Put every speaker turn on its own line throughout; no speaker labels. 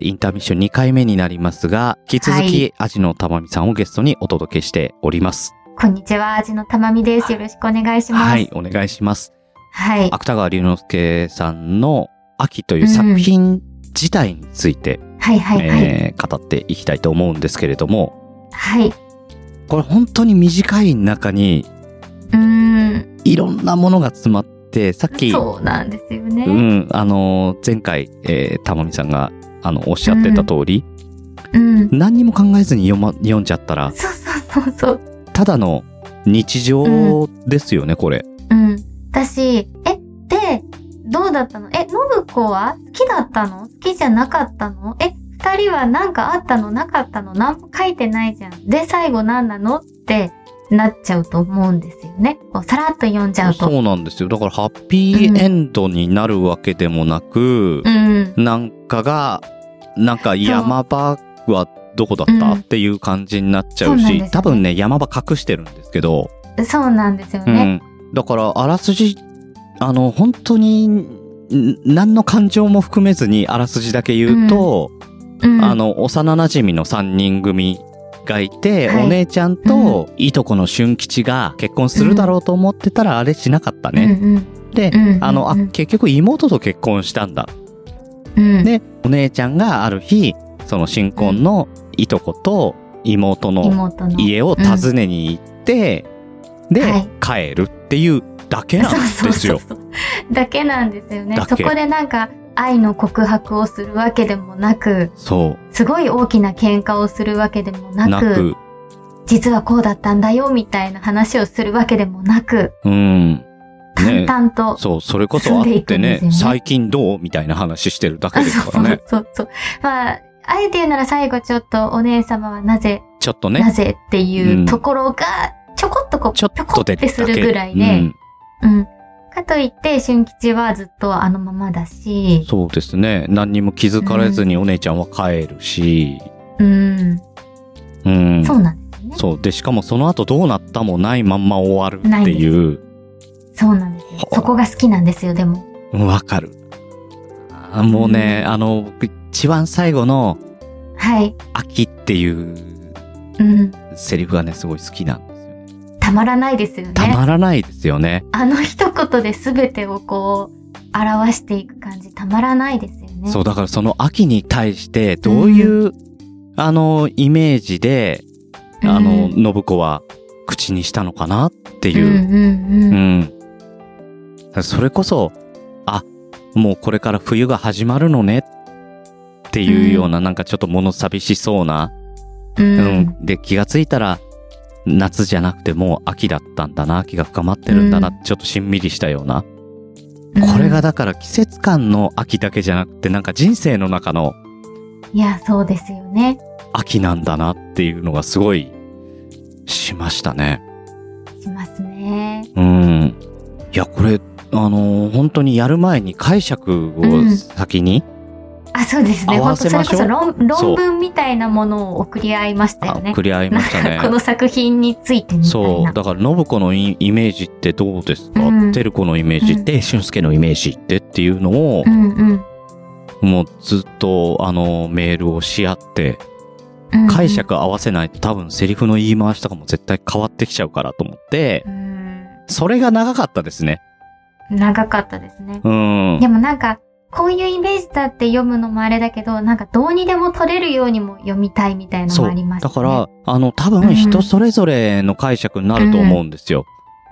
インターミッション2回目になりますが、引き続
は
き、アジのたまみさんをゲストにお届けしております。
こんにちは、味のたまみです。よろしくお願いします。
はい、お願いします。
はい。
芥川龍之介さんの秋という作品自体について、
はい、はい、はい。
えー語っていきたいと思うんですけれども、
はい。う
これ本当に短い中に
ーん。
いろんなものが詰まって、さっき、
そうなんですよね。
うん、あの、前回、えー、たまみさんが、あの、おっしゃってた通り、
うん。
何にも考えずに読ま、読んじゃったら、
そうそうそうそう。
ただの日常ですよね、これ。
うん。私、え、で、どうだったのえ、信子は好きだったの好きじゃなかったのえ、二人はなんかあったのなかったの何も書いてないじゃん。で、最後何なのってなっちゃうと思うんですよね。こう、さらっと読んじゃうと。
そうなんですよ。だから、ハッピーエンドになるわけでもなく
う、ん。
なんかが、なんか山場はどこだった、
う
っ
ん
ていう感じになっちゃう
そうな
し、
んですね
多分ね、山場隠してるんですけど、
そうなんですよ
う
ね。
ん。だから、あらすじ、あの、本当に、ん何の感情も含めずにあらすじだけ言うと、
うん。
あの、幼馴染の3人組がいて、
はい
お姉ちゃんと、いとこの俊吉が結婚するだろうと思ってたら、あれしなかった
うんう
ね。
ん。
で
うんう、ん
あの、あ、結局妹と結婚したんだ。
うん。
で、お姉ちゃんがある日、その新婚のいとこと妹の
妹の。
家を訪ねに行って、で、帰るっていうだけなん
そう
です
そう
よ。
そうそう。だけなんですよね
だ。
そ
け
こでなんか愛の告白をするわけでもなく、
そ
すごい大きな喧嘩をするわけでもな
う。
く、
なく、
実はこうだったんだよみたいな話をするわけでもなく、
うん。
淡々と。
そう、それこそあ
進んで
っ
いく
て
んで
ね
す、よね
最近どうみたいな話してるだけ
あ
です
そう
からね。
そうそう。まあ、あえて言うなら最後ちょっとお姉様はなぜ、
ちょっと
な
ね、
ぜっていうところが、ちょこっとこう、
ちょっ
ぴょこと
で
って
だけ。
するぐらいで、
うん
うん。かといって、俊吉はずっとあのままだし、
そうですね。何にも気づかれずにお姉ちゃんは帰るし、
うん。
うん。
そうなんですよね。
そう。で、しかもその後どうなったもないまんま終わる
ない
っ
ん
て
です
いう。
そうなんですよ
は。あ
そこが好きなんですよ、でも。
うんわかる。あもうね、
うん
あの、僕一番最後の
はい。
秋っていう
うん。
セリフがね、すごい好きなんですよね。
たまらないですよね。
たまらないですよね。
あの一言で全てをこう、表していく感じ、たまらないですよね。
そう、だからその秋に対してどういう、あの、イメージで、
うん
あの、信子は口にしたのかなっていうう。
んう
う
んうん。
ん。それこそ、あ、もうこれから冬が始まるのねっていうような、なんかちょっと物寂しそうな、
う。
うんん。で、気がついたら、夏じゃなくてもう秋だったんだな、秋が深まってるんだな、
う
ちょっとしんみりしたような。
うん
これが、だから季節感の秋だけじゃなくて、なんか人生の中の
いや、そうですよね。
秋なんだなっていうのがすごい、しましたね。
しますね。
うん。いや、これ、あのー本当にやる前に解釈を先に、
あ、そうですね。
合わせましょう
ほんとそれこそ論
そう
論文みたいなものを送り合いましたよ
あ
ね。
クリアありましたね
こ。の作品についてみたいな。
そう。だから、信子のイイメージってどうですか、
うん
照子のイメージって、俊介のイメージってっていうのを
う、んうん
もうずっと、あの、メールをし合って、
うんうん。
解釈合わせないと多分セリフの言い回しとかも絶対変わってきちゃうからと思って
う、ん。
それが長かったですね。
長かったですね。
うん
で。もなんか、こういうイメージだって読むのもあれだけど、なんかどうにでも取れるようにも読みたいみたいなの
そ
も
う
ありま。す
だ
ね。
から、あの、多分人それぞれの解釈になると思うんですよ。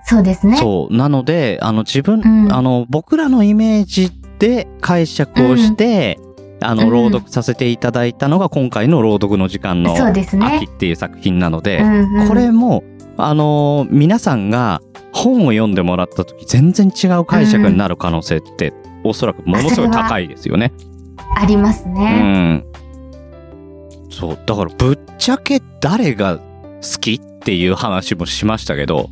そうですね。
そう。なので、あの、自分、
うん
あの、僕らのイメージで解釈をして、あ
う
の、
ん
朗読させていただいたのが今回の朗読の時間の
そうです
秋
ね。
っていう作品なので、
うんうん
これも、あのー皆さんが本を読んでもらった時全然違う解釈になる可能性って、おそらくものすごい高いですよね。
あります
う
ね。
ん。そう。だから、ぶっちゃけ誰が好きっていう話もしましたけど、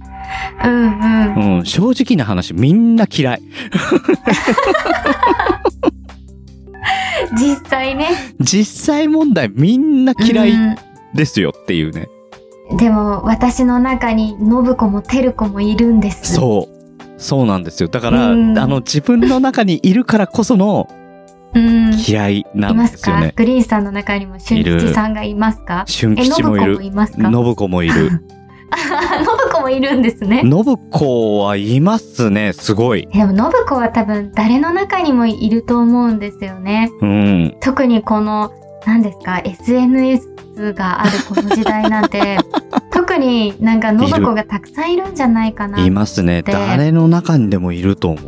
うんうん。
うん、正直な話、みんな嫌い。
実際ね。
実際問題、みんな嫌い
い。
ですよっていうね。
でも私の中に信子も照子もいるんです。
そう。そうなんですよ。だから、
うん
あの、自分の中にいるからこその、
うん。
嫌いないん
ま
ですすよ
か
ね。
グリーンさんの中にも俊
いる
吉さんがいますか
俊
え、信
吉
子
もい
も
る。
います か信
信子もいる。
子もいるんですね。
信子はいますね。すごい。
でも信子は多分誰の中にもいると思うんですよね。
うん。
特にこの何ですか SNS があるこの時代なん て特になんか信子がたくさんいるんじゃないかな。
いますね。
で
誰の中にでもいると思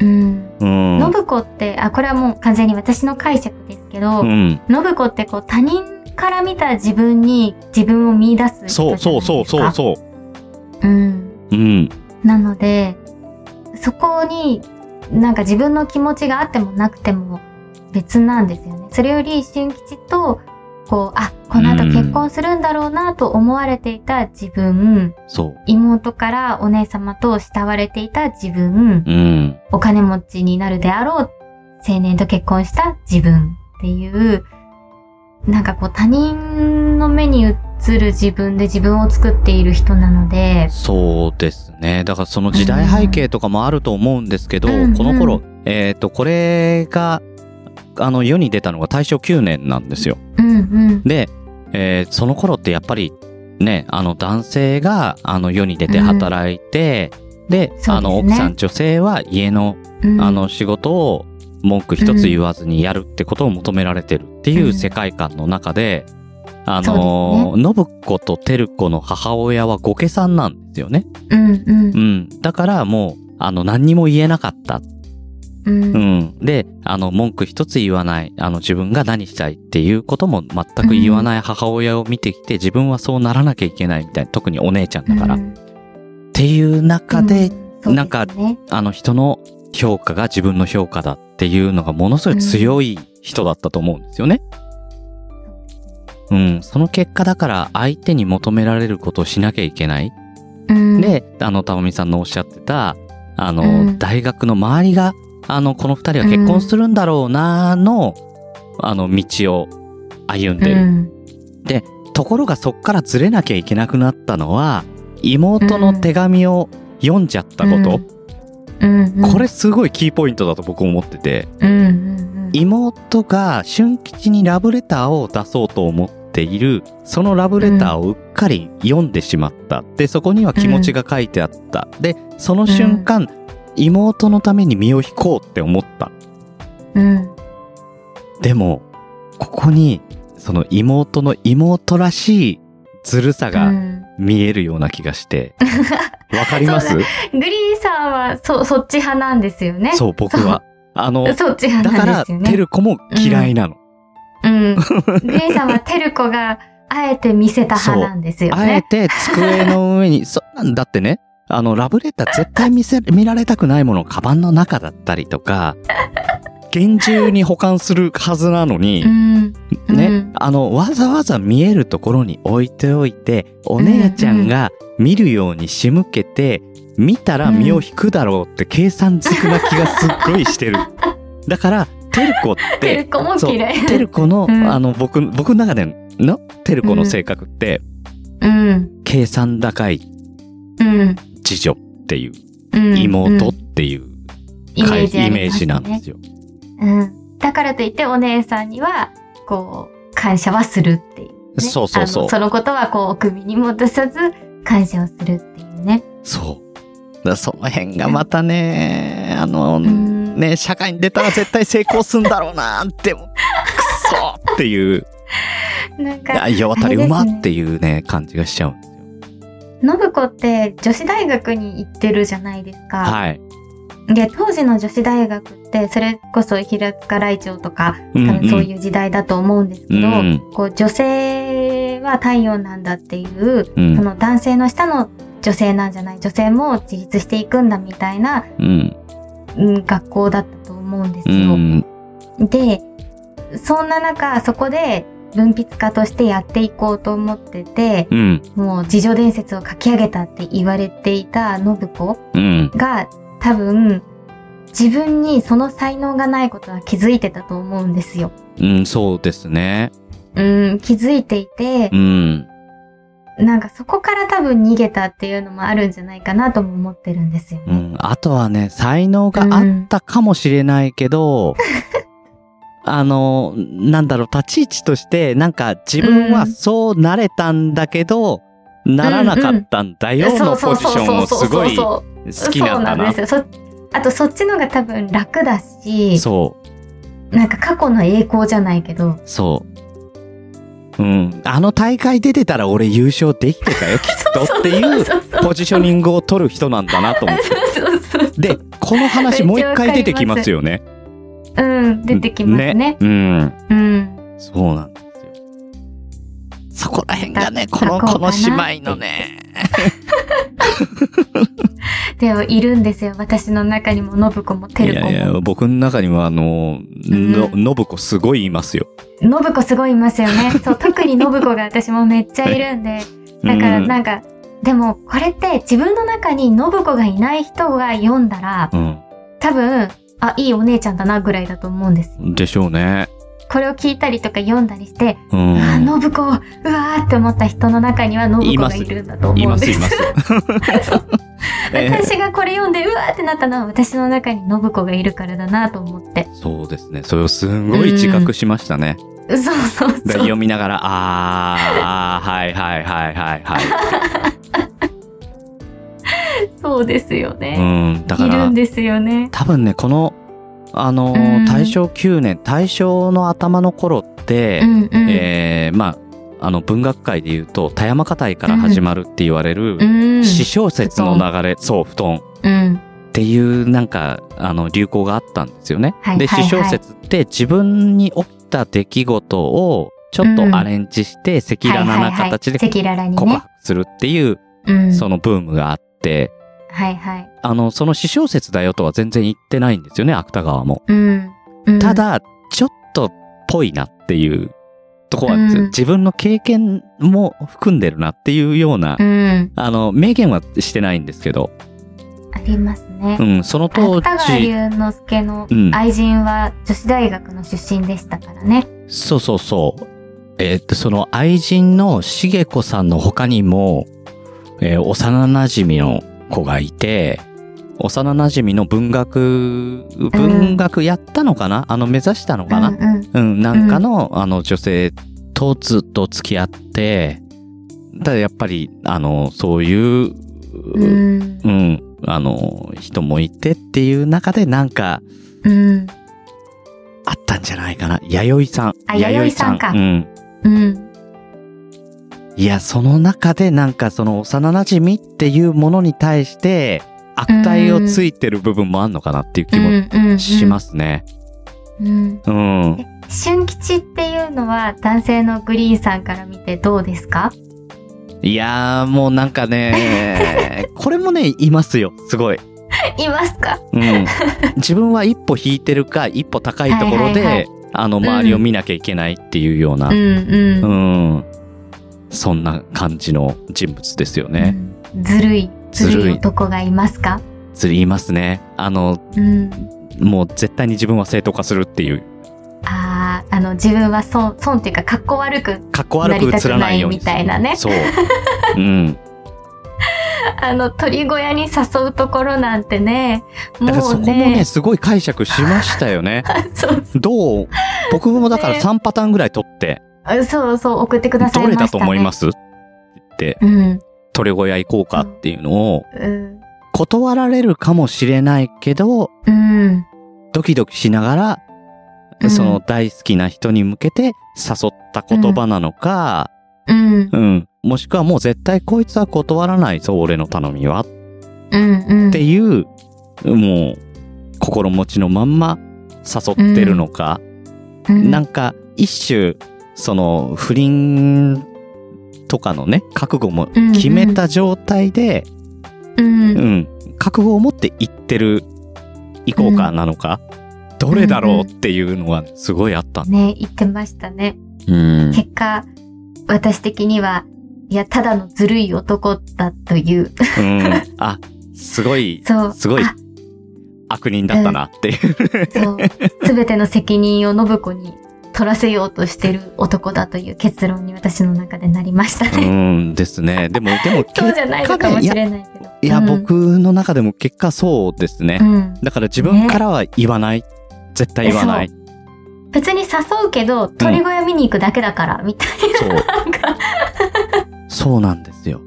うん。
う。うん。
信子ってあこれはもう完全に私の解釈ですけど、
うん。
信子ってこう他人から見た自分に自分を見出す人じゃ
そう
ないですか。。
そうそうそうそう
うん。
う。うん。
なのでそこになんか自分の気持ちがあってもなくても別なんですよね。それより俊吉とこうあこの後結婚するんだろうなと思われていた自分
そ
妹からお姉様と慕われていた自分
う。うん。
お金持ちになるであろう青年と結婚した自分っていうなんかこう他人の目に映る自分で自分を作っている人なので。
そうですね。だからその時代背景とかもあると思うんですけど、
うんうん
この頃、えっ、と、これが、あの、世に出たのが大正9年なんですよ。
うんうん
で、えーその頃ってやっぱり、ね、あの、男性が、あの、世に出て働いて、で、
すね
あの、奥さん女性は家の、
うん、
あの、仕事を文句一つ言わずにやるってことを求められてるっていう世界観の中で、あの、信子と照子の母親は後家さんなんですよね。
うんうん
うん。だからもう、あの、何にも言えなかった。
うん
う、ん。で、あの、文句一つ言わない。あの、自分が何したいっていうことも全く言わない母親を見てきて、自分はそうならなきゃいけないみたいな。特にお姉ちゃんだから。
う
っ
ん
ていう中で、
うん
なんか
そうですね
あの、人の評価が自分の評価だっていうのがものすごい強い人だったと思うんですよね。うん。その結果だから、相手に求められることをしなきゃいけない。
うん、
で、あの、たまみさんのおっしゃってた、あの、
うん
大学の周りが、あの、この二人は結婚するんだろうな、の、あの、道を歩んで
う
る。
ん
ところがそっからずれなきゃいけなくなったのは、妹の手紙を読んじゃったこと。
うんうん、
これすごいキーポイントだと僕思ってて、
うんうんうん、
妹が春吉にラブレターを出そうと思っている、そのラブレターをうっかり読んでしまった。で、そこには気持ちが書いてあった。で、その瞬間、妹のために身を引こうって思った。
うん
でも、ここに、その妹の妹らしいずるさ
う
が
ん
見えるような気が して。わ、かります
そうグリーンさんはそそっち派なんですよね。
そう、僕は。あの、
そっち
だか
派なん
ら、
ですよ
て
ね。
る子も嫌いなの。
うん、グリーンさんはテルコがあえて見せた派なんですよ
あえ
ね。
て机の上 に、そんなんだってね、あの、ラブレター絶対見せ、見られたくないものをカバンの中だったりとか、厳重に保管するはずなのに
う、んうん
ね、あの、わざわざ見えるところに置いておいて、お姉ちゃんが見るように仕向けて、見たら身を引くだろうって計算づくな気がすっごい してる。だから、テルコって、
テルコも
そう
嫌い。
テルコの、
うん
あの、僕、僕の中でのテルコの性格って、
うん
計算高い
うん
次女っていう、
うん、
妹っていう
イメ
かい
ージありますね
イメージなんですよ。
うん、だからといってお姉さんにはこう感謝はするっていう、ね、
そうそうそう
あのそのことはこうお首に戻さず感謝をするっていうね
そう。だからその辺がまたね、あの、
うん
ね、社会に出たら絶対成功するんだろうなって、でもくそって いう、
なんか
世渡り
あれですね
馬っていうね、感じがしちゃうんですよ。
信子って女子大学に行ってるじゃないですか、
はい。
で当時の女子大学ってそれこそ平塚来庁とか、
うん
多分そう
う
いう時代だと思うんですけど、
うん
こう女性は太陽なんだっていう
うん。
その男性の下の女性なんじゃない女性も自立していくんだみたいな
うん。
うん学校だったと思うんです
う
よ。
ん。
でそんな中そこで文筆家としてやっていこうと思ってて
うん。
もう自叙伝説を書き上げたって言われていた信子
うん。
が多分自分にその才能がないことは気づいてたと思うんですよ。
うん、そうですね。
うん気づいていて
うん。
なんかそこから多分逃げたっていうのもあるんじゃないかなとも思ってるんですよ
う
ね。
ん。あとはね、才能があったかもしれないけど、あの、なんだろう、立ち位置として、なんか自分はそうなれたんだけど、ならなかったんだよのポジションをすごい好
好
きなんだな。
そうなんですよそあとそっちのが多分楽だし
そ
なんか過去の栄光じゃないけど
う、そう。うん。あの大会出てたら俺優勝できて たよ、きっとっていう
そうそう
ポジショニングを取る人なんだなと思って。
そうそうそう
で、この話もう一回出てきますよね。
うん出てきますね
うん。
うん
そうなんですよ。そこら辺がね、
だ
この、
書こ
こ
うかな
の姉妹のね。
でもいるんですよ私の中にも信子も
い
照子も
やいや、僕の中にはあの、の、
うん
信子すごいいますよ。
信子すごいいますよねそう特に信子が私もめっちゃいるんでだから
うん
なんか、でもこれって自分の中に信子がいない人が読んだら
う
多分あいいお姉ちゃんだなぐらいだと思うんです
ん。でしょうね。
これを聞いたりとか読んだりして
う
ああ
ん。
信子うわーって思った人の中には信子がいるんだと
い
思う
ま、
んです
い
す
ます。ええ
私がこれ読んでうわーってなったのは私の中に信子がいるからだなと思って
そうですね。それをすんごい自覚しましたね。
そうそうそう
で読みながら、あー、あーはいはいはいはいは
そうですよ
い。
ね、
うん。だか
いる
ら
ん、ですよね
多分ね、この、あのー
うん
大正9年、大正の頭の頃って、
うんうん、
えーまあ、あの文学界で言うと、田山課題から始まるって言われる、
うん
詩小説の流れ、そう、布団
うん
っていうなんか、あの、流行があったんですよね。
はい
で、
はい
詩小説って自分に起きた出来事をちょっとアレンジして赤裸々な形で
はいはいはい、赤裸々にね
告白するっていう、
うん、
そのブームがあって、
はいはい。
あの、その詩小説だよとは全然言ってないんですよね、芥川も。
うん。うん
た、だ、ちょっとぽいなっていうところなんですよ。
うん
自分の経験も含んでるなっていうような、
うん。
あの、明言はしてないんですけど、
ありますね
う。ん、その当
芥川龍
時、
之介の
うん
愛人は女子大学の出身でしたからね。
そうそうそう。えーっと、その愛人の茂子さんの他にも、えー幼馴染の子がいて、幼馴染の文学、文学やったのかな、あの、目指したのかな、
うんうん。
うん、なんかの、あの、女性とずっと付き合って、ただやっぱり、あの、そういう、
う
うん、
ん。
あの、人もいてっていう中で、なんか、
うん。
あったんじゃないかな。弥生さん。
あ弥生さんか
うん。
うん。
いや、その中で、なんか、その、幼馴染っていうものに対して、悪態をついてる部分もあんのかなっていう気も
も。
しますすね。
うん。
うん。
え春吉っていうのは男性のグリーンさんから見てどうですか
いやー、もうなんか ね、これもね、いますよ。すごい。
いますか
うん、自分は一歩引いてるか一歩高いところで、
はいはいはい
あの
うん
周りを見なきゃいけないっていうような、
う
うん
んうん。
そんな感じの人物ですよ
う
ね。
んずるい、
ず
ず
るい
るい男がいますか
釣りいますね。あの
うん。
もう絶対に自分は正当化するっていう
ああ、あの、自分は損、損っていうか、格好悪く
かっこ悪く映らないようにする
なりたくないみ
そう、う ん、
あの鳥小屋に誘うところなんてね、
だから
も
そうこもね
ね、
すごい解釈しましたよ ね。
そう
どう僕もだから
ね
3パターンぐらい取って、
そうそう送ってくださ
ど
いま
れ
した、ね。。
だと思いますすって
うん、
鳥小屋行こうかっていうのを
うん、
断られるかもしれないけど、
うん、
ドキドキしながら、
うん
その大好きな人に向けて誘った言葉なのか、
うん、
うん、もしくはもう絶対こいつは断らないぞ、俺の頼みは。っ
うん、うん。
ていう、もう、心持ちのまんま誘ってるのか、
うん、
なんか、一種、その、不倫とかのね、覚悟も決めた状態で、
うん、
うん、覚悟を持って行ってる、行こうかなのか、どれだろうっていうのはすごいあった。
ね、言ってましたね。
うん。
結果、私的には、いや、ただのずるい男だという。
あ、すごい、
そう。
すごい
あ
悪人だったなっていう。
そう。すべての責任を信子に取らせようとしてる男だという結論に私の中でなりました
う
ね。
ん、ですね。でも、でも、
そうじゃないのかもしれないけど。
いや、
うん、
僕の中でも結果そうですね
う。ん。
だから自分からは言わない。絶対言わない。
別に誘うけど、鳥小屋見に行くだけだから、みたい
そう。
な、なんか、
そうなんですよ。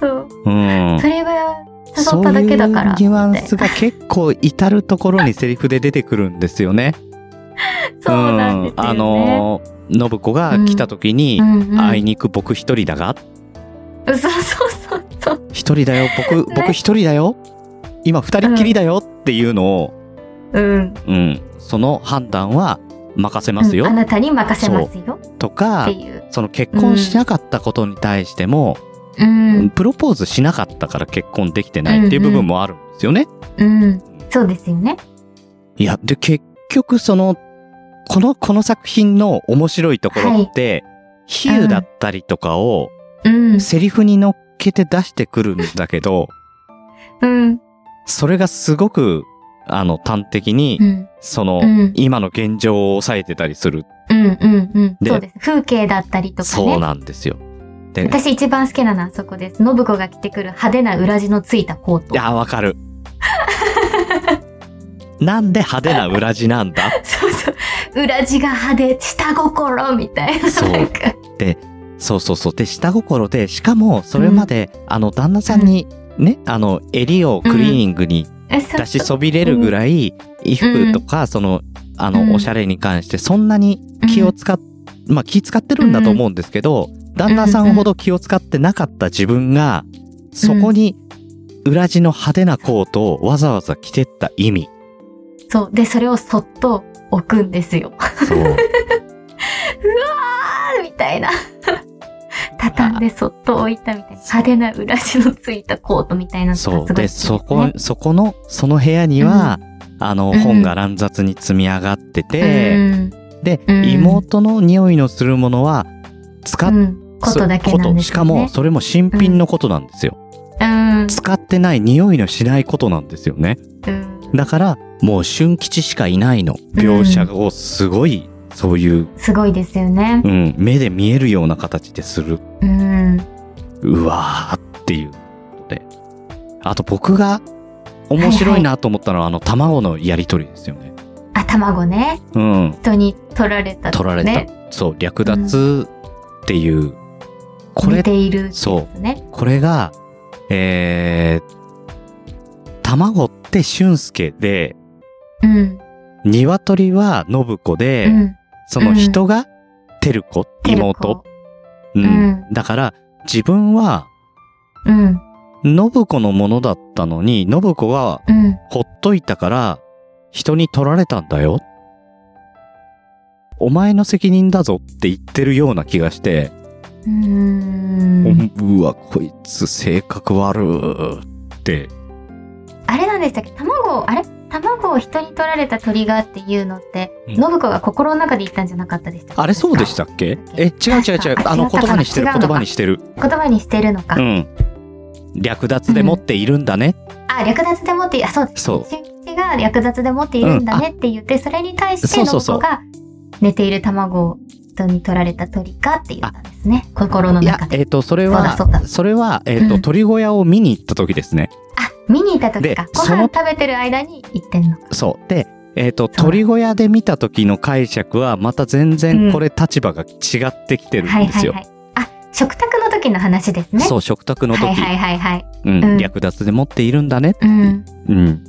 そう。
うん。
鳥小屋
そ
誘っ
う
ただ
い
け
う
だから。
ニュアンスが結構至るところにセリフで出てくるんですよね。
そうなんですよ、ね。
あのー、信子が来た時に、
うんうん、
あいにく僕一人だが、
そうそうそうそう。
一人だよ、僕、
ね
僕一人だよ、今二人っきりだよっていうのを、
うん。
うん、その判断は任せますよ
うんあなたに任せますよっ
とか
て、いう。
その結婚しなかったことに対しても、
うん。
プロポーズしなかったから結婚できてないっていう部分もあるんですよね。
うん。そうですよね。
いや、で、結局その、この、この作品の面白いところって、比喩だったりとかを、
うん。
セリフに乗っけて出してくるんだけど、
うん。
それがすごく、あの、端的に
う、ん。
その、
うん
今の現状を抑えてたりする。
うん。うん。うん。
で
そうです。風景だったりとか
そう
ね。
なんですよ。で、
私一番好きなのはそこです。信子が着てくる派手な裏地のついたコー
い
ト。
や、わかる。なんで派手な裏地なんだ
そうそう。裏地が派手、下心みたいな。
そう
なんか
そうそうそう。で、下心で、しかも、それまで、あの、旦那さんに、ね、あの、襟をクリーニングに
えそう
出しそびれるぐらい、衣服とか、その、あ
うん
の、おしゃれに関して、そんなに気を使っ、まあ、気使ってるんだと思うんですけど、旦那さんほど気を使ってなかった自分が、そこに、裏地の派手なコートをわざわざ着てった意味。
そう。で、それをそっと置くんですよ。
そう。
あーみたいな。 畳んでそっと置いたみたいな。派手な裏地のついたコートみたいなのがすご
そ。
いう好き
で、
すね
そこ、そこの、その部屋には、あの、
うん
本が乱雑に積み上がってて、
うん
で、
うん
妹の匂いのするものは使
う
っ
ん、ことだけなんですよね。
しかもそれも新品のことなんですよ、
うん、
使ってない匂いのしないことなんですよね
うん、
だからもう春吉しかいないの描写をすごい、そういう、
すごいですよね
う。ん、目で見えるような形でする
うん、
うわーっていうのであと僕が面白いなと思ったのは、あの卵のやり取りですよね
あ、卵ね、
うん
人に取られた、ね。
取られた、そう略奪っていう、これ
似ている、
そう
う。ね。
これが、えー、卵って俊介で、
うん、
鶏は信子で、
うん。
その人が照子、妹。うん
う
だから、自分は
照子。うん、
信子のものだったのに、信子は
うん。
ほっといたから、人に取られたんだよ。お前の責任だぞって言ってるような気がして、
うーん、
うわ、こいつ性格悪ーって
あれなんでしたっけ卵をあれ卵を人に取られた鳥がっていうのって、
うん
信子が心の中で言ったんじゃなかったでしたっけ
あれそうでしたっけえ、違う違う違う。
あ
あの
違っ
言
たかな
葉にしてる
違うのか
言葉にしてる。
言葉にしてるのか。
うん。略奪で持っているんだね。
あ、略奪でもって、あ、そうです。
そう
俊吉が略奪でもっているんだねって言って、それに対して
そうそう
信
そう
子が寝ている卵を人に取られた鳥かって言ったんですね。心の
いや
中、で。
えっ、と、それ
そう
は
だそうだ、
それは、えっ、と、
うん
鳥小屋を見に行った時ですね。
あ、見に行った時か
で。
ご
そ
飯
の
食べてる間に行ってんのか。
そう。で、えっ、と、
だ
鳥小屋で見た時の解釈は、また全
うん
然これ立場が違ってきてる
は
ん
い
で
は
す
い
よ。
はい。あ、食卓の時の話ですね。
そう、食卓の時、
はいはいはいはい。
うん
うん
略奪で持っているんだね。
うん。
うん。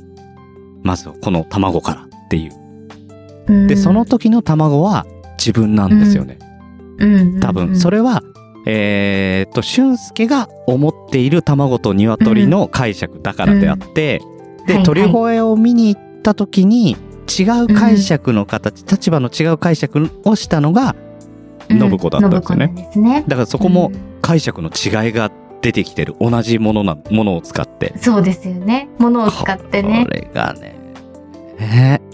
まずはこの卵からっていう。
うん
で、その、時の卵は自分なんですよね。
うんうんうん、
多分そ
れ、
れは、えーっと俊介が思っている卵と鶏の解釈だからであって、で、
はいはい
鳥越を見に行った時に違う解釈の形、立場の違う解釈をしたのが信子だったんですよね
信子なんですね。
だからそ
こ
こも解釈の違いが出てきてる同じものなものを使って
そうですよね。物を使ってね
こ。れがねえー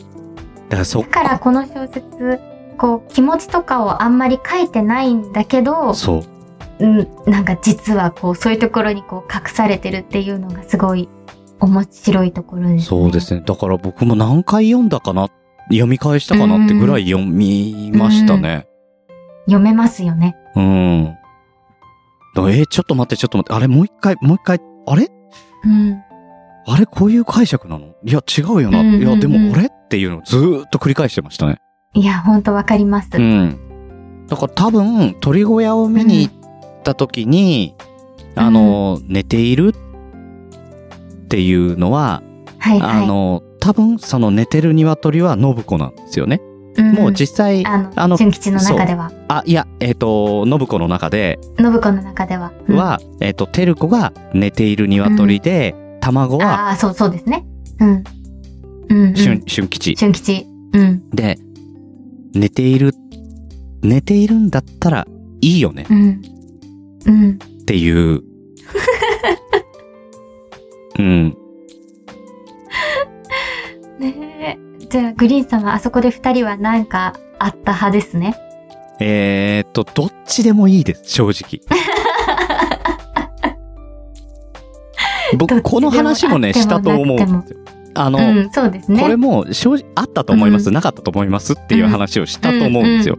だからそ
だからこの小説こう気持ちとかをあんまり書いてないんだけど、
そう
うん、なんか実はこうそういうところにこう隠されてるっていうのがすごい面白いところです、ね。
そうですね。だから僕も何回読んだかな、読み返したかなってぐらい読みましたね。
読めますよね。
うん。だからえーちょっと待って、ちょっと待って。あれ、もう一回、もう一回、あれ
うん、
あれ、こういう解釈なのいや、違うよな。
うんうんうん
いや、でも、あれっていうのをずーっと繰り返してましたね。
いや、ほんとわかります。
うん。だから多分、鳥小屋を見に行った時に、
うん
あの、寝ているっていうのは、
はいはい。
あの、多分その寝てる鶏は信子なんですよね。
ん
もう実際、
あの、
あの
純吉の中では、
あ、いや、えっ、と、信子の中で
信子の中では。うん、
は、えっ、と、照子が寝ている鶏で、卵は
ああ、そう、そうですね。うん。うん、うん。
春、春吉。
純吉。うん。
で、寝ている、寝ているんだったらいいよね
うん。うん。
って いう。うん。
ねえ。じゃあ、グリーン様、あそこで二人はなんかあった派ですね。
えー、っと、どっちでもいいです、正 直。
ど
僕、
っちでも
この話もね、
あっても
したと思うんです
なく
よ。あの、
うん、そうですね。
これも正直あったと思います、
う
なかったと思いますっていう話をしたと思うんですよ。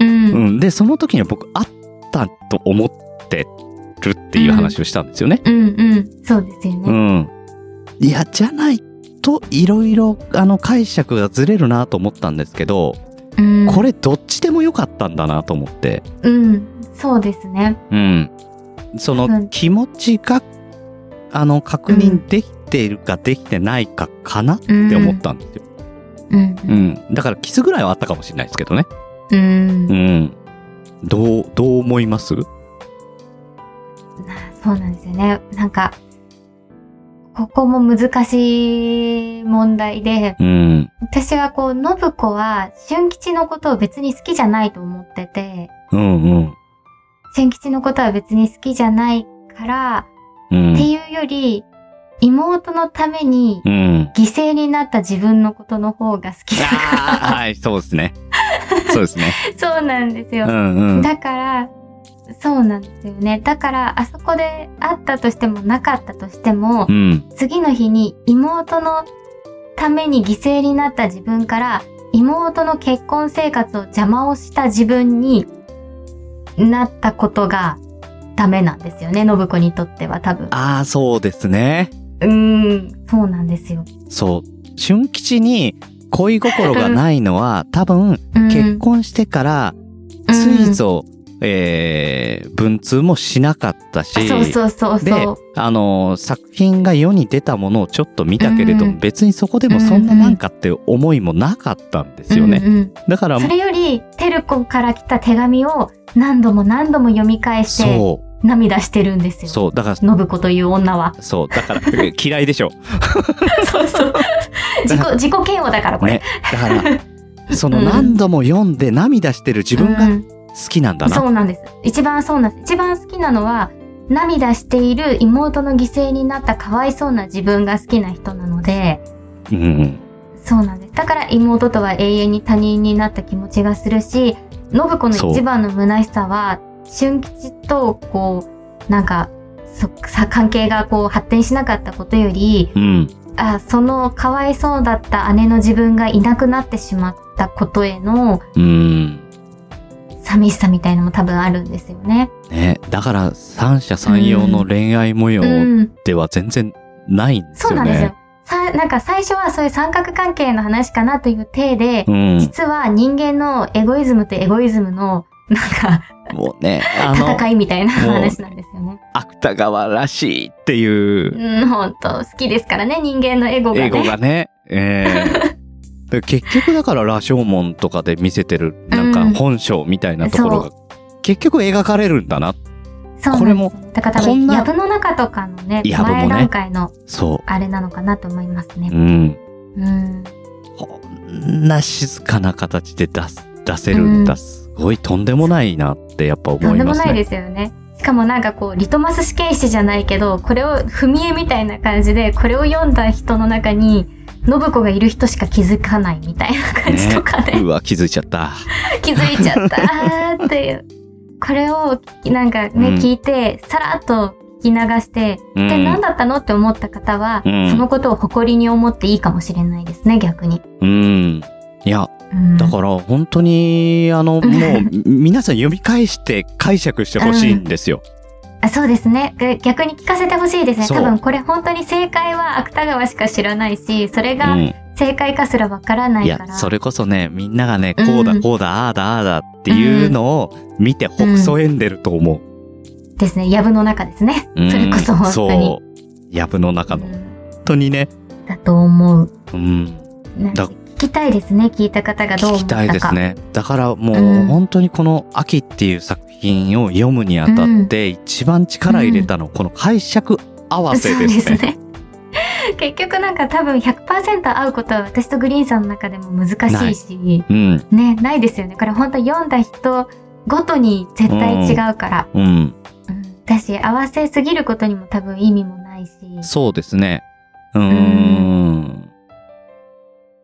うん。
うんで、その時には僕、あったと思ってるっていう話をしたんですよね。
うんうん、そうですよ
う
ね。
ん。いや、じゃないと、いろいろ、あの、解釈がずれるなと思ったんですけど、
うん、
これどっちでもよかったんだなと思って。
うん、そうですね。
うん。そ
多
の
分
気持ちが、あの、確認できているかできてないかかなって思ったんですよ。
うん、
うん。だから、キスぐらいはあったかもしれないですけどね。
うん、
うん。どう、どう思います
なそうなんですよね。なんか、ここも難しい問題で、
うん。
私はこう、信子は、俊吉のことを別に好きじゃないと思ってて、
うんうん。
俊吉のことは別に好きじゃないから、
う
って
ん。
いうより、妹のために
うん。
犠牲になった自分のことの方が好きだ。
ああ、はい、そうですね。そうですね。
そうなん ですよ
う。んうん。
だから、そうなんですよね。だから、あそこであったとしてもなかったとしても
う、ん。
次の日に妹のために犠牲になった自分から、妹の結婚生活を邪魔をした自分になったことがダメなんですよね。信子にとっては多分。
ああ、そうですね。
うーん、そうなんですよ。
そう。春吉に恋心がないのは、多分、
うん
結婚してから、
うん
ついぞ、えー、文通もしなかったし、
そうそうそう
で
そう。、
あのー、作品が世に出たものをちょっと見たけれども、
うん
別にそこでもそんななんかって思いもなかったんですよね。
うんうん
だから
そ、れより、テルコから来た手紙を何度も何度も読み返して、
そ
涙してるんです
う、
よ。
そう、だから、
信子という女 は。
そう、だから、え嫌いでし ょ。
そうそう。自己、自己嫌悪だから、これ。
ね。だから、その
うん
何度も読んで涙してる自分
う
が
ん
好きなんだな。
そうなんです。一番そうなんです。一番好きなのは、涙している妹の犠牲になったかわいそうな自分が好きな人なので、
うんうん。
そうなんです。だから妹とは永遠に他人になった気持ちがするし、信子
そう
の一番の虚しさは、春吉とこう、なんか、そさ関係がこう発展しなかったことより、
うん。
あそのかわいそうだった姉の自分がいなくなってしまったことへの
うん。
寂しさみたいのも多分あるんですよね。
ね、だから三者三様の恋愛模様
うん、
では全然ないんです
そう
よ
なんですよ
ね。。
さなんか最初はそういう三角関係の話かなという体で、
うん
実は人間のエゴイズムとエゴイズムのなんか
もうね、あの、
戦いみたいな
もう
話なんですよね。
芥川らしいっていう
うん、本当好きですからね、人間のエゴがね。
英語がね、ええで結局だから羅生門とかで見せてるなんか
うん
本性みたいなところが、結局描かれるんだな。
そう
これ
なんで
も
すよね。だから多
こん
分、
な
ヤブの中とかのね、
藪もね
前段階の
そ
あれなのかなと思います
う。う
ね。
ん。
うん。
こんな静かな形で出す、出せるんだ。
うん
すごいとんでもないなってやっぱ思
とん
い
でも
ます
ない
ね。
ですよね。しかもなんかこう、リトマス試験紙じゃないけど、これを、踏み絵みたいな感じで、これを読んだ人の中に、信子がいる人しか気づかないみたいな感じとかで、
うわ、気づいちゃった。
気づいちゃ ったーっていう。これを、なんかね、
うん
聞いて、さらっと聞き流して、
うん
で、何だったのって思った方は、
うん
そのことを誇りに思っていいかもしれないですね、逆に。
うん。いや、
うん、
だから本当に、あの、もう
うん、
皆さん読み返して解釈してほしいんですよ。
あそうですねで逆に聞かせてほしいですね
そう
多分これ本当に正解は芥川しか知らないしそれ
う
が
ん。
正解かすらわからないいか
や
ら。、
それこそね、みんながね、こう
う
だ、
ん
こうだ、ああだ、ああだっていうのを見て、ほくそ笑んでると思う。
ですね。藪の中ですね。
うん
それこそ本当に。
そう。やぶの中の。
う
本
ん
当にね。
だと思う。
うん。
なん
だ
か聞きたいですね。聞いた方がどう
聞
思っ
き
たか。
たいですね。だからも
う
うん本当にこの秋っていう作品を読むにあたって一番力入れたの、この解釈合わせですね。
そうですね。結局なんか多分100%会うことは私とグリーンさんの中でも難しいし、
うん。
ね、ないですよね。これ本当読んだ人ごとに絶対違うから。
うん。
うんだし、合わせすぎることにも多分意味もないし、
そうですね。うーん。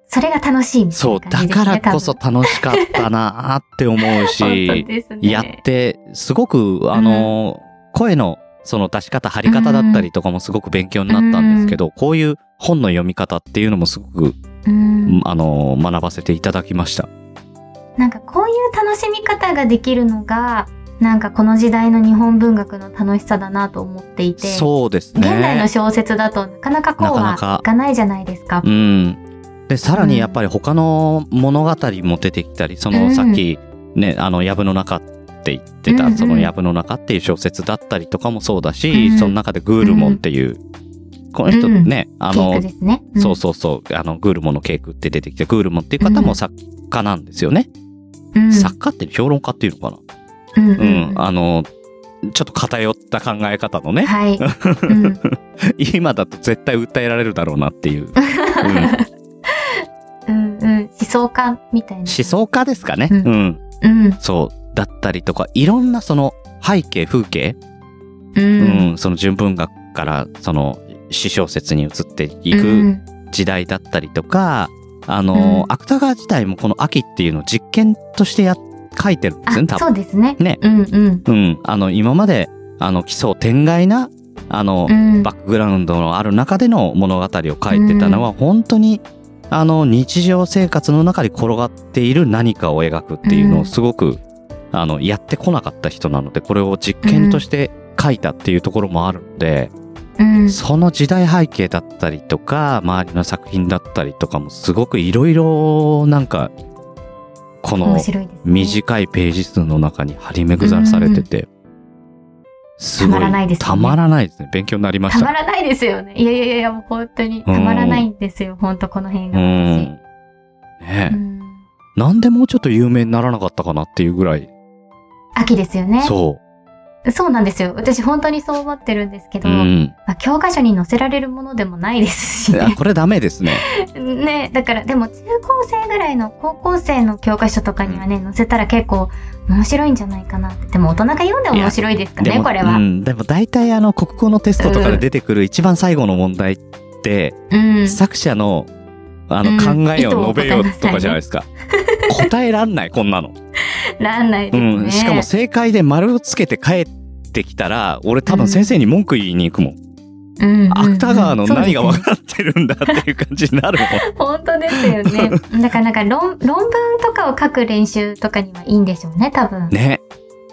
それが楽しいみたい
そう。
な感じ
だ
ですね。
からこそ楽しかったなーって思う
多分、本
し
当、ですね。
やって、すごく、あの、声のその出し方、張り方だったりとかもすごく勉強になったんですけど、こういう本の読み方っていうのもすごく、
うん。
あの、学ばせていただきました。
なんかこういう楽しみ方ができるのが、なんかこの時代の日本文学の楽しさだなと思っていて、
そうですね。
現代の小説だとなかなかこう
なか
は
なか
いかないじゃないですか。
うん。で、さらにやっぱり他の物語も出てきたり、その
うん
さっき、ね、あの、藪の中って言って
うんう
た、
ん
その藪の中っていう小説だったりとかもそうだ
う
し、
ん
その中でグールモンっていう、この人
うん
ね、あ
ケー
の
ク、ですね。
そうそうそう、あの、グールモンのケークって出てきて、グールモンっていう方も作家なんですよね。
うん。うん。
作家って評論家っていうのか
うんうん
な。うん、あの、ちょっと偏った考え方のね、
はい。うん
今だと絶対訴えられるだろうなって いう。うん
うんうん、思想家みたいな。思
思想家ですかね、う
うんんうん。
そうだったりとかいろんなその背景風景、
う。
うんんその純文学からその詩小説に移ってい
うんう
く
ん
時代だったりとか、あの、
うん
芥川自体もこの秋っていうのを実験としてや書いてるんで
あ
すね多
そ
分
うですね。
ね
うんうん。
う、ん、あの今まであの奇想天外なあの、
うん
バックグラウンドのある中での物語を書いてたのは、本当にあの日常生活の中に転がっている何かを描くっていうの
う
を
ん
すごく、あのやってこなかった人なのでこれを実験として書いたっていうところもあるので、
うん。
その時代背景だったりとか周りの作品だったりとかもすごくいろいろなんかこの
面白いですね。
短いページ数の中に張り巡らされてて、すごい
たまらないですね
たまらないですね勉強になりました
たまらないですよね。いやいやいやいや、もう本当にたまらないんですよ。本当この辺
う
が
ん。
私。
ねえ、
うん。
なんでもうちょっと有名にならなかったかなっていうぐらい。
秋ですよね。
そ
そうなんですよ。私本当にそう思ってるんですけ
う。
ど、
う
ま
ん。
あ教科書に載せられるものでもないですし
あ
ね。
これダメですね。
ね、だからでも中高生ぐらいの高校生の教科書とかにはね、載せたら結構面白いんじゃないかなって。でも大人が読んでも面白いですか
で
ね、
も、
これは。
う
うん。
ん。でも大体あの国語のテストとかで出てくる一番最後の問題って、 作者のあの
うん
考え
意図
を
を
述べよう
答えなさいね
とかじゃないですか。 答えらんない、こんな の。
らんないで
う
すね。
ん。しかも正解で丸をつけて帰ってきたら、俺多分先生に文句言いに行くもん。
うんうんうん、
芥川の何が
そう
分かってるんだっていう感じになるもん。
ですね本当ですよね。 だからなんか論論文とかを書く練習とかにはいいんでしょうね、多分。
ね。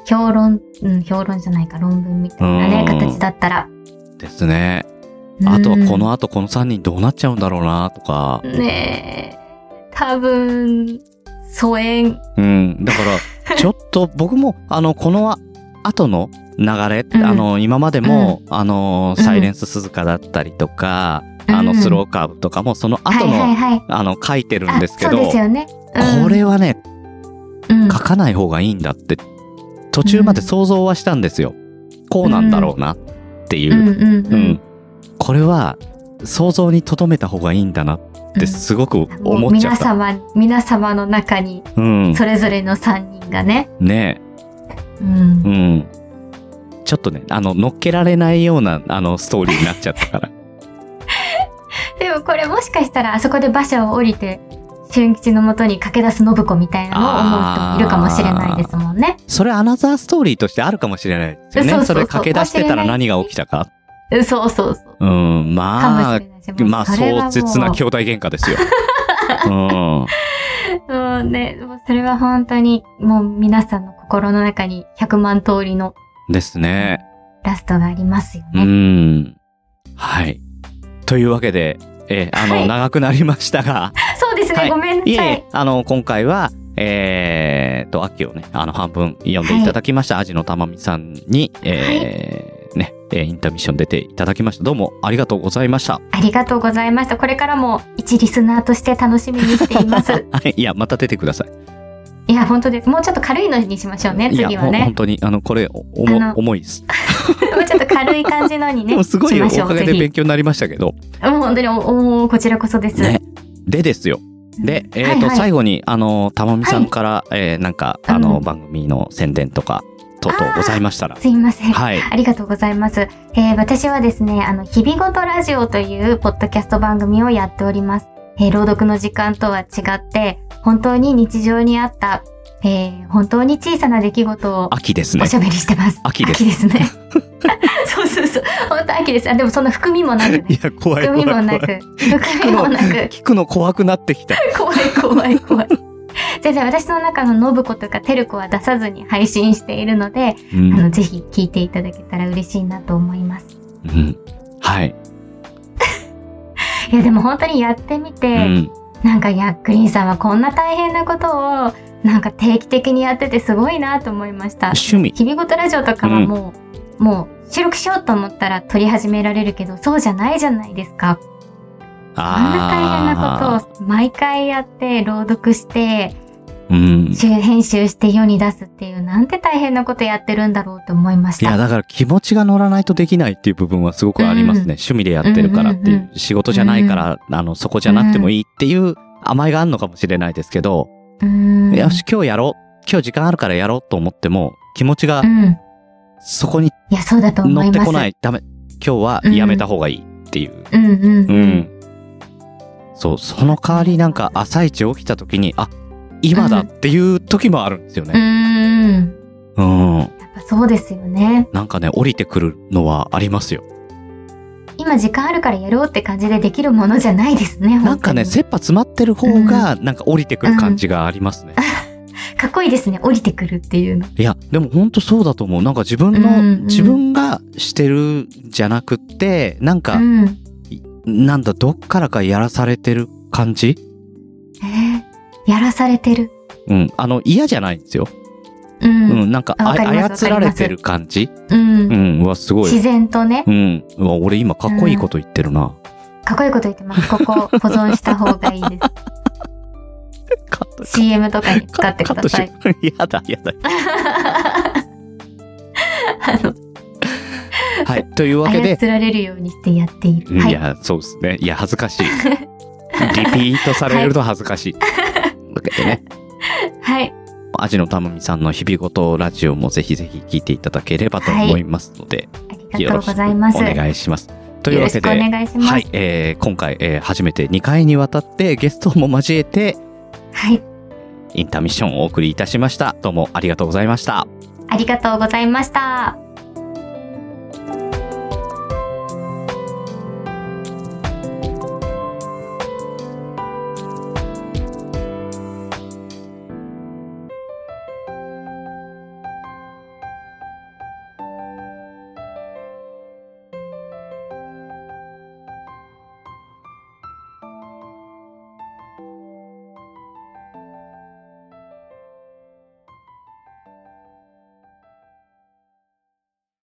評論、うん、評論じゃないか、論文みたいなね、
うん
形だったら。
ですね。
うん
あとはこの後この3人どうなっちゃうんだろうなとか。
ねえ、多分、疎遠。
うん。だから、 ちょっと僕も、あの、この後の流れ、
うん
あの、今までも、あの、
うん
サイレンス鈴鹿だったりとか、あの、
うん
スローカーブとかも、その
は
後
い
の、
はいはい。
あの、書いてるん
あ
ですけ
そう
ど、
ですよね。うん
これはね、
うん
書かない方がいいんだって、途中まで想像はしたんですよ。こうなんだろうなっていうう。
んうん
うん。これは、想像に留めた方がいいんだなっ
う
て、
ん
すごく
もう
思っちゃった。
皆様皆様の中に
うん。
それぞれの3人がね、
ねえ。
うん
うん。ちょっとね、あの、乗っけられないような、あの、ストーリーになっちゃったから。
でもこれもしかしたらあそこで馬車を降りて俊吉のもとに駆け出す信子みたいなのを思う人もいるかもしれないですもんね。
それアナザーストーリーとしてあるかもしれないですよね。
そうそうそう
れ駆け出してたら何が起きたか。
うんそうそうそ
う
う。
ん、
かも
ま
し
あ
れ、ないし
まあ、
それはも
壮
う
絶な兄弟喧嘩 ですよ。うん。
もうね、もうそれは本当にもう皆さんの心の中に100万通りの
ですね。
ラストがありますよ
う
ね。
ん。はい。というわけで、えーあの、
はい
長くなりましたが、
そうですね、
はい
ごめんなさ
い
い。
えいえ、あの、今回は、えー、と、秋をね、あの、半分読んでいただきました、アジのたまみさんに、えーね、えーインターミッション出ていただきました。どうもありがとうございました。
ありがとうございました。これからも一リスナーとして楽しみにして います。
はい、いや、また出てください。
いや、本当です。もうちょっと軽いのにしましょうね、
いや、
次は
ほん本
ね。
当に、あの、これ、おお
あ
も
の
重いです。
もうちょっと軽い感じのに
で
ね、
も、すごい
し
お
ましょ
か
う。
げ
ぜ
で
ひ。
勉強になりましたけど、
もう本当に、おおーこちらこそです。
ね。でですよ。で、えっ、と、
はいはい
最後に、あの、たまみさんから、えーなんか、あの、
うん
番組の宣伝とか、等々ございましたら。
すいません。
はい。
ありがとうございます。えー私はですね、あの、日々ごとラジオというポッドキャスト番組をやっております。えー朗読の時間とは違って、本当に日常にあった、えー本当に小さな出来事を
秋ですね
お。しゃべりしてます。
秋です
ね。 そうそうそう。本当秋です。あ、でもその含みもなくね。
いや、怖い
含
怖い
みも
怖。
ないく。含みもなく。
聞くの怖くなってきた。
怖い怖い怖い。全然私の中の信子とか照子は出さずに配信しているので、
う
あの
ん。
ぜひ聞いていただけたら嬉しいなと思います。
うんはい。
いやでも本当にやってみ
う
て、
ん。
なんかやっくりんさんはこんな大変なことをなんか定期的にやっててすごいなと思いました。
趣味。
日々ごとラジオとかはもう、もう収録しようと思ったら撮り始められるけど、そうじゃないじゃないですか。あんな大変な
あ
ことを毎回やって、朗読して、
あ。うん。
集編集して世に出すっていう、なんて大変なことやってるんだろうと思いまし
い
た。
や、だから気持ちが乗らないとできないっていう部分はすごくありますね。
うん
趣味でやってるからってい
うんう
う、仕事じゃないから、あの、そこじゃなくてもいいっていう甘えがあるのかもしれないですけど、
うーん。
よし、今日やろう。今日時間あるからやろうと思っても、気持ちが
うん。
そこに
いや、そうだと思います。
乗ってこない。ダメ。今日はやめた方がいいっていう。
うんうん。
うん。そう、その代わりなんか朝一起きた時に、あ、今だっていう時もあるんですよ
うー
ね。
ん。
うん。
やっぱそうですよね。
なんかね、降りてくるのはありますよ。
今時間あるからやろうって感じでできるものじゃないですね。
なんかね、
本当に
切羽詰まってる方が、なんか降りてくる感じがありますね。
かっこいいですね。降りてくるっていうの。
いや、でもほんとそうだと思う。なんか自分の、
うんうん
自分がしてるじゃなくって、なんか、
うん。
なんだ、どっからかやらされてる感じ
えー、やらされてる。
うん。あの、嫌じゃないんですよ。
う。
うんん。なんか
あわかりますわかります
操られてる感じ
うん
うん。うわ、すごい
自。然とね、
うん。うわ、俺今かっこいいこと言ってるな。
かっこいいこと言っ てます。ここ保存した方がいいで
カット
す。CM とかに使って
カ
く
ッ
だ
ト
さい。
し やだ、やだ。 はい。というわけで、
操られるようにしてやっている。はいい。
や、そうですね。いや、恥ずかしい。 リピートされると恥ずかしい。というわけでね、
はい。
アジのたまみさんの日々ごとラジオもぜひぜひ聞いていただければと思いますので、
あり
よろ
がとう
しく
ご
お
ざいます。
願いします。という
よ
わ
ろ
け
しくお
で、
願いします。は
はいい、。えー今回、えー初めて2回にわたってゲストも交えてインターミッションをお送りいたしました。どうもありがとうございました。
ありがとうございました。